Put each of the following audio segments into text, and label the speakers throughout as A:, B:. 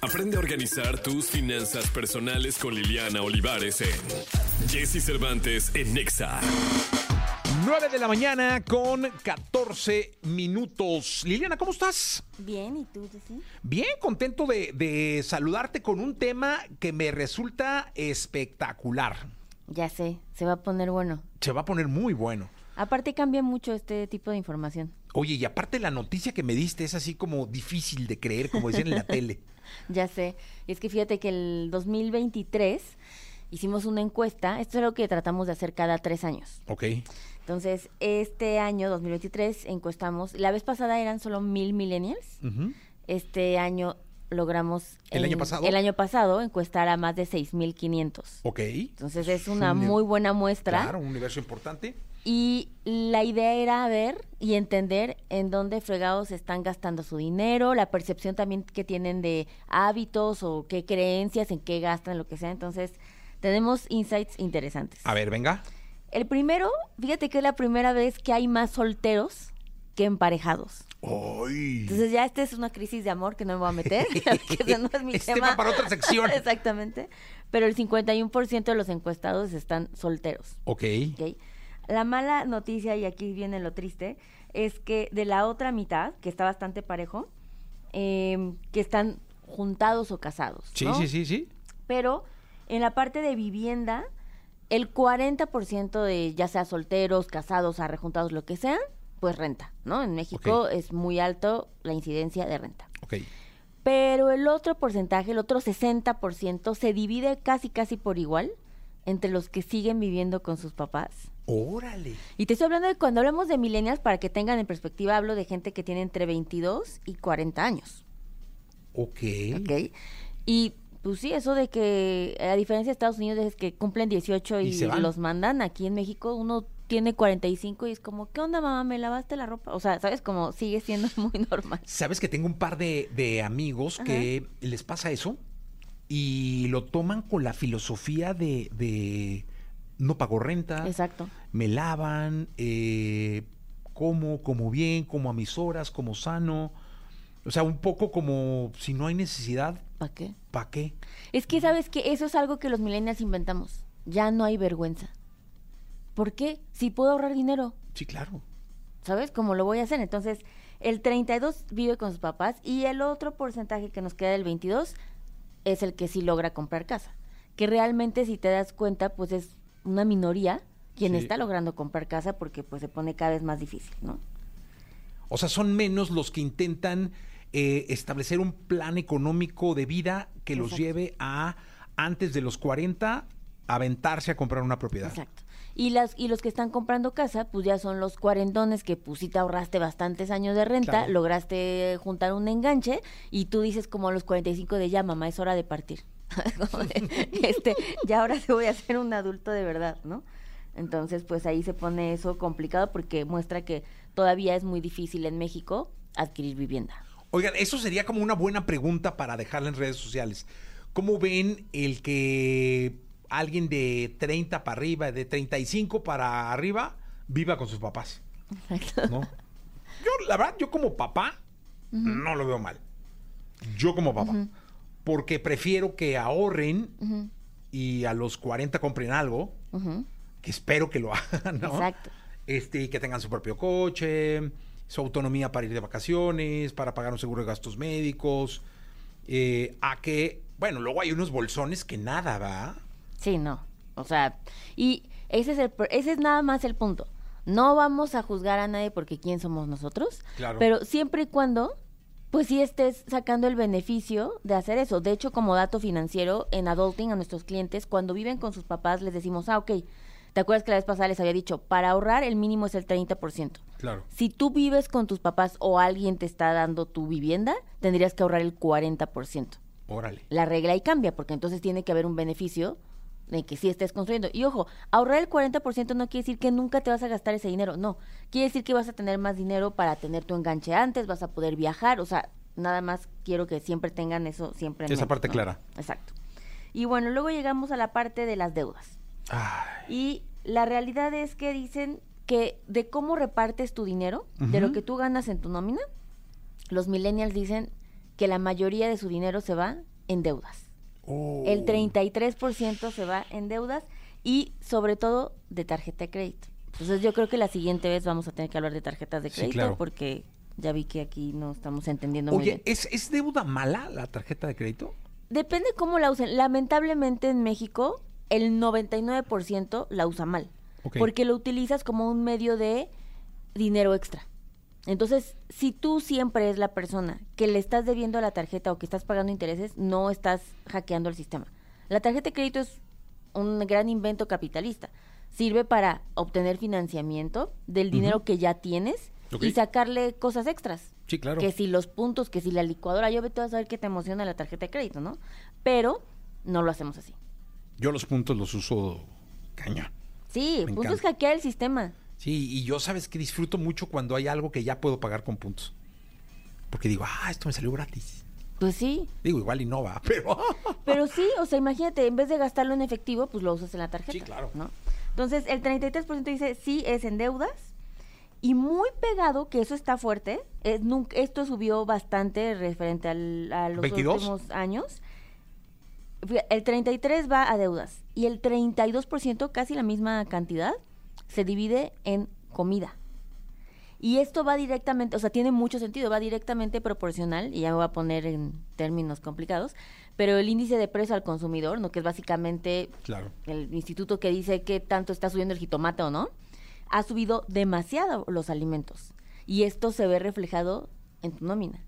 A: Aprende a organizar tus finanzas personales con Liliana Olivares en Jesse Cervantes en Nexa.
B: 9 de la mañana con 14 minutos. Liliana, ¿cómo estás?
C: Bien, ¿y tú, Jessy?
B: Bien, contento de, de saludarte con un tema que me resulta espectacular.
C: Ya sé, se va a poner bueno.
B: Se va a poner muy bueno.
C: Aparte cambia mucho este tipo de información.
B: Oye, y aparte la noticia que me diste es así como difícil de creer, como decían en la tele.
C: Ya sé. Y es que fíjate que el 2023 hicimos una encuesta. Esto es lo que tratamos de hacer cada tres años.
B: Ok.
C: Entonces, este año, 2023, encuestamos. La vez pasada eran solo mil millennials.
B: Ujú.
C: Este año logramos...
B: ¿El año pasado?
C: El año pasado encuestar a más de 6.500.
B: Ok.
C: Entonces, es una
B: un-
C: muy buena muestra.
B: Claro, un universo importante.
C: Y la idea era ver y entender en dónde fregados están gastando su dinero, la percepción también que tienen de hábitos o qué creencias, en qué gastan, lo que sea. Entonces, tenemos insights interesantes.
B: A ver, venga.
C: El primero, fíjate que es la primera vez que hay más solteros que emparejados. Entonces ya esta es una crisis de amor que no me voy a meter, que ese no es mi
B: Es tema
C: tema.
B: Este para otra sección.
C: Exactamente. Pero el 51% de los encuestados están solteros.
B: Ok.
C: ¿ok? La mala noticia, y aquí viene lo triste, es que de la otra mitad, que está bastante parejo, eh, que están juntados o casados.
B: Sí,
C: ¿no?
B: sí, sí, sí.
C: Pero en la parte de vivienda, el 40% de ya sea solteros, casados, arrejuntados, lo que sean, pues renta, ¿no? En México
B: Ok.
C: es muy alto la incidencia de renta.
B: Ok.
C: Pero el otro porcentaje, el otro 60%, se divide casi, casi por igual entre los que siguen viviendo con sus papás
B: Órale.
C: y te estoy hablando de cuando hablamos de millennials, para que tengan en perspectiva, hablo de gente que tiene entre 22 y 40 años.
B: Ok.
C: ¿Ok? Y pues sí, eso de que, a diferencia de Estados Unidos, es que cumplen 18 y,
B: Y se van.
C: los mandan. Aquí en México uno tiene 45 y es como, ¿qué onda, mamá? ¿Me lavaste la ropa? O sea, ¿sabes? Como sigue siendo muy normal.
B: Sabes que tengo un par de, de amigos
C: Ajá.
B: que les pasa eso y lo toman con la filosofía de, de no pago renta,
C: Exacto.
B: me lavan, eh, como, como bien, como a mis horas, como sano. O sea, un poco como si no hay necesidad,
C: ¿Para qué?
B: ¿para qué?
C: Es que sabes que eso es algo que los millennials inventamos. Ya no hay vergüenza. ¿Por qué? Si puedo ahorrar dinero.
B: Sí, claro.
C: ¿sabes? Como lo voy a hacer. Entonces, el 32 vive con sus papás y el otro porcentaje que nos queda del 22 es el que sí logra comprar casa. Que realmente, si te das cuenta, pues es una minoría quien
B: Sí.
C: está logrando comprar casa porque pues se pone cada vez más difícil, ¿no?
B: O sea, son menos los que intentan eh, establecer un plan económico de vida que los
C: Exacto.
B: lleve a, antes de los 40, aventarse a comprar una propiedad.
C: Exacto. Y, las, y los que están comprando casa, pues ya son los cuarentones que pues sí te ahorraste bastantes años de renta,
B: Claro.
C: lograste juntar un enganche y tú dices como a los 45 de ya, mamá, es hora de partir. Como de, este, ya ahora se voy a ser un adulto de verdad, ¿no? Entonces, pues ahí se pone eso complicado porque muestra que todavía es muy difícil en México adquirir vivienda.
B: Oigan, eso sería como una buena pregunta para dejarla en redes sociales. ¿Cómo ven el que alguien de 30 para arriba, de 35 para arriba, viva con sus papás? ¿No? Yo, la verdad, yo como papá, no lo veo mal. Yo como papá. Porque prefiero que ahorren y a los 40 compren algo,
C: Ujú.
B: que espero que lo hagan, ¿no?
C: Exacto.
B: Este, y que tengan su propio coche, su autonomía para ir de vacaciones, para pagar un seguro de gastos médicos, eh, a que, bueno, luego hay unos bolsones que nada, va.
C: Sí, no. O sea, y ese es, el, pr- ese es nada más el punto. No vamos a juzgar a nadie porque quién somos nosotros.
B: Claro.
C: Pero siempre y cuando, pues sí estés sacando el beneficio de hacer eso. De hecho, como dato financiero, en Adulting a nuestros clientes, cuando viven con sus papás, les decimos, ah, ok, ¿te acuerdas que la vez pasada les había dicho, para ahorrar el mínimo es el 30%?
B: Claro.
C: Si tú vives con tus papás o alguien te está dando tu vivienda, tendrías que ahorrar el 40%
B: Órale.
C: la regla y cambia, porque entonces tiene que haber un beneficio de que sí estés construyendo. Y ojo, ahorrar el 40% no quiere decir que nunca te vas a gastar ese dinero, no. Quiere decir que vas a tener más dinero para tener tu enganche antes, vas a poder viajar, o sea, nada más quiero que siempre tengan eso siempre en
B: Esa
C: mente,
B: parte
C: ¿no?
B: clara.
C: Exacto. Y bueno, luego llegamos a la parte de las deudas.
B: Ay,
C: Y la realidad es que dicen que de cómo repartes tu dinero, de lo
B: Ujú.
C: que tú ganas en tu nómina, los millennials dicen que la mayoría de su dinero se va en deudas.
B: Oh.
C: El 33% se va en deudas y sobre todo de tarjeta de crédito. Entonces yo creo que la siguiente vez vamos a tener que hablar de tarjetas de
B: Sí,
C: crédito
B: claro.
C: porque ya vi que aquí no estamos entendiendo muy bien.
B: Oye, ¿es, ¿es deuda mala la tarjeta de crédito?
C: Depende cómo la usen. Lamentablemente en México el 99% la usa mal.
B: Ok.
C: Porque lo utilizas como un medio de dinero extra. Entonces, si tú siempre es la persona que le estás debiendo a la tarjeta o que estás pagando intereses, no estás hackeando el sistema. La tarjeta de crédito es un gran invento capitalista. Sirve para obtener financiamiento del dinero que ya tienes
B: Ok.
C: y sacarle cosas extras.
B: Sí, claro.
C: Que si los puntos, que si la licuadora, yo vete a saber que te emociona la tarjeta de crédito, ¿no? Pero no lo hacemos así.
B: Yo los puntos los uso cañón.
C: Sí,
B: Me
C: puntos
B: encanta.
C: hackea el sistema.
B: Sí, y yo sabes que disfruto mucho cuando hay algo que ya puedo pagar con puntos. Porque digo, ah, esto me salió gratis.
C: Pues sí,
B: Digo, igual y no va, pero...
C: pero sí, o sea, imagínate, en vez de gastarlo en efectivo, pues lo usas en la tarjeta.
B: Sí, claro.
C: ¿no? Entonces, el 33% dice sí es en deudas. Y muy pegado, que eso está fuerte, es nun- esto subió bastante referente al- a los
B: 22.
C: últimos años. Fí- El 33 va a deudas y el 32%, casi la misma cantidad, se divide en comida. Y esto va directamente, o sea, tiene mucho sentido, va directamente proporcional, y ya me voy a poner en términos complicados, pero el índice de precio al consumidor, ¿no? que es básicamente
B: Claro.
C: el instituto que dice qué tanto está subiendo el jitomate o no, ha subido demasiado los alimentos. Y esto se ve reflejado en tu nómina.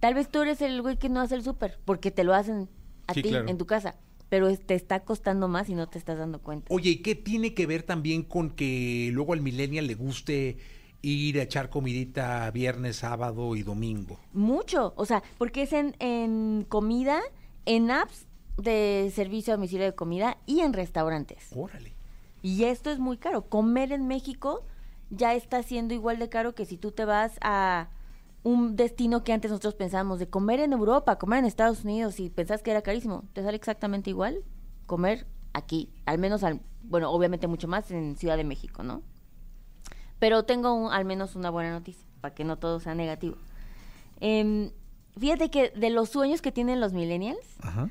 C: Tal vez tú eres el güey que no hace el súper, porque te lo hacen a
B: Sí,
C: ti,
B: claro.
C: en tu casa. Pero es- te está costando más y no te estás dando cuenta.
B: Oye, ¿y qué tiene que ver también con que luego al millennial le guste ir a echar comidita viernes, sábado y domingo?
C: Mucho, o sea, porque es en, en comida, en apps de servicio a domicilio de comida y en restaurantes.
B: Órale.
C: Y esto es muy caro. Comer en México ya está siendo igual de caro que si tú te vas a un destino que antes nosotros pensábamos de comer en Europa, comer en Estados Unidos y pensás que era carísimo. Te sale exactamente igual comer aquí, al menos, al, bueno, obviamente mucho más en Ciudad de México, ¿no? Pero tengo un- al menos una buena noticia, para que no todo sea negativo. Em, fíjate que de los sueños que tienen los millennials,
B: Ajá.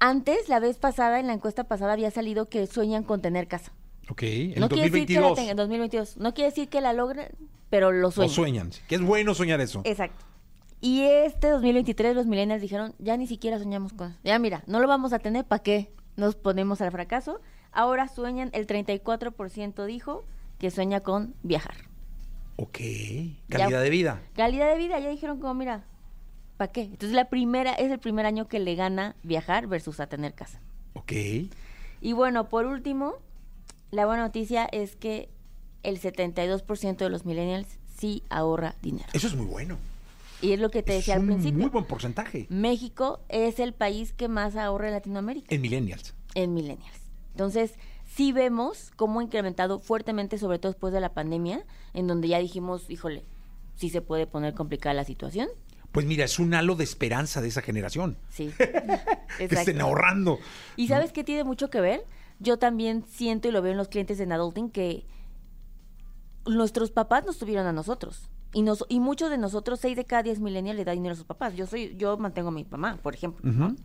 C: antes, la vez pasada, en la encuesta pasada, había salido que sueñan con tener casa.
B: Ok, en
C: No quiere decir que la
B: 2022.
C: tengan, 2022. No quiere decir que la logren, pero lo
B: Lo
C: sueñan.
B: sueñan. sí, Que es bueno soñar eso.
C: Exacto. Y este 2023 los millennials dijeron, ya ni siquiera soñamos con eso. Ya mira, no lo vamos a tener, ¿para qué? Nos ponemos al fracaso. Ahora sueñan, el 34% dijo que sueña con viajar.
B: Ok. Calidad de vida.
C: Calidad de vida, ya dijeron como, mira, ¿para qué? Entonces la primera, es el primer año que le gana viajar versus a tener casa.
B: Ok.
C: Y bueno, por último, la buena noticia es que el 72% de los millennials sí ahorra dinero.
B: Eso es muy bueno.
C: Y es lo que te
B: Es
C: decía al
B: un
C: principio.
B: muy buen porcentaje
C: México es el país que más ahorra en Latinoamérica,
B: en millennials.
C: en millennials. Entonces, sí vemos cómo ha incrementado fuertemente, sobre todo después de la pandemia, en donde ya dijimos, híjole, sí se puede poner complicada la situación.
B: Pues mira, es un halo de esperanza de esa generación.
C: Sí.
B: Que estén ahorrando.
C: ¿Y sabes qué tiene mucho que ver? Yo también siento y lo veo en los clientes en Adulting que nuestros papás nos tuvieron a nosotros. Y, nos, y muchos de nosotros, 6 de cada 10 millennials, le da dinero a sus papás. Yo soy yo mantengo a mi mamá, por ejemplo. ¿no?
B: Ujú.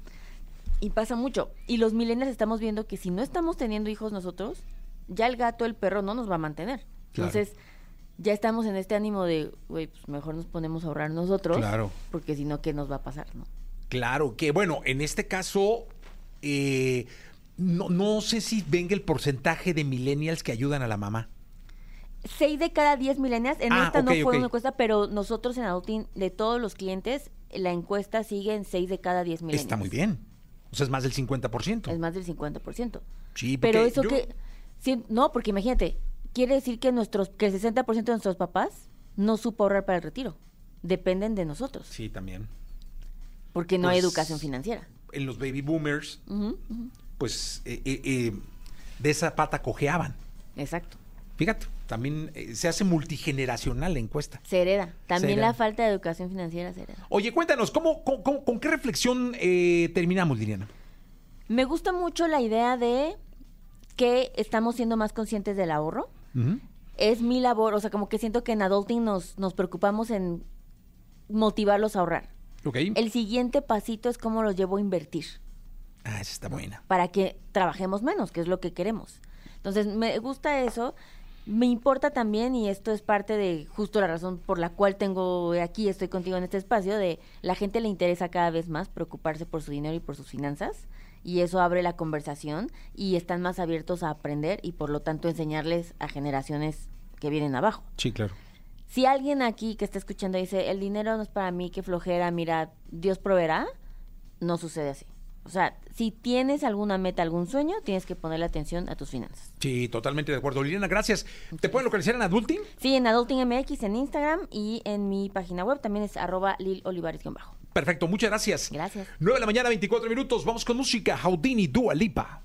C: Y pasa mucho. Y los millennials estamos viendo que si no estamos teniendo hijos nosotros, ya el gato, el perro no nos va a mantener.
B: Claro.
C: Entonces, ya estamos en este ánimo de, güey, pues mejor nos ponemos a ahorrar nosotros.
B: Claro.
C: Porque si no, ¿qué nos va a pasar? no?
B: Claro, que bueno, en este caso, eh, no, no sé si venga el porcentaje de millennials que ayudan a la mamá.
C: 6 de cada 10 millennials. En
B: Ah,
C: esta
B: ok,
C: no fue
B: ok.
C: una encuesta, pero nosotros en Adulting, de todos los clientes, la encuesta sigue en 6 de cada 10 millennials.
B: Está muy bien. O sea, es más del 50%.
C: Es más del 50%.
B: Sí, porque
C: Pero eso
B: yo-
C: que... sí, no, porque imagínate, quiere decir que, nuestros, que el 60% de nuestros papás no supo ahorrar para el retiro. Dependen de nosotros,
B: Sí, también.
C: porque no hay
B: pues-
C: educación financiera.
B: En los baby boomers,
C: Ujú, ujú.
B: pues eh, eh, eh, de esa pata cojeaban.
C: Exacto.
B: Fíjate, también eh, se hace multigeneracional la encuesta.
C: Se hereda. También
B: hereda.
C: la falta de educación financiera se hereda.
B: Oye, cuéntanos, ¿cómo, con, con- con qué reflexión eh, terminamos, Liliana?
C: Me gusta mucho la idea de que estamos siendo más conscientes del ahorro.
B: Ujú.
C: es mi labor, o sea, como que siento que en adulting nos, nos preocupamos en motivarlos a ahorrar.
B: Ok.
C: El siguiente pasito es cómo los llevo a invertir
B: Ah, esa está buena.
C: para que trabajemos menos, que es lo que queremos. Entonces, me gusta eso. Me importa también, y esto es parte de justo la razón por la cual tengo aquí, estoy contigo en este espacio, de la gente le interesa cada vez más preocuparse por su dinero y por sus finanzas, y eso abre la conversación y están más abiertos a aprender y por lo tanto enseñarles a generaciones que vienen abajo.
B: Sí, claro.
C: Si alguien aquí que está escuchando dice, el dinero no es para mí, que flojera, mira, Dios proveerá, no sucede así. O sea, si tienes alguna meta, algún sueño, tienes que ponerle atención a tus finanzas.
B: Sí, totalmente de acuerdo. Liliana, gracias. ¿Te pueden localizar en Adulting?
C: Sí, en Adulting MX, en Instagram y en mi página web también es arroba lilolivares-bajo.
B: Perfecto, muchas gracias.
C: Gracias.
B: 9 de la mañana, 24 minutos. Vamos con música. Houdini Dua Lipa.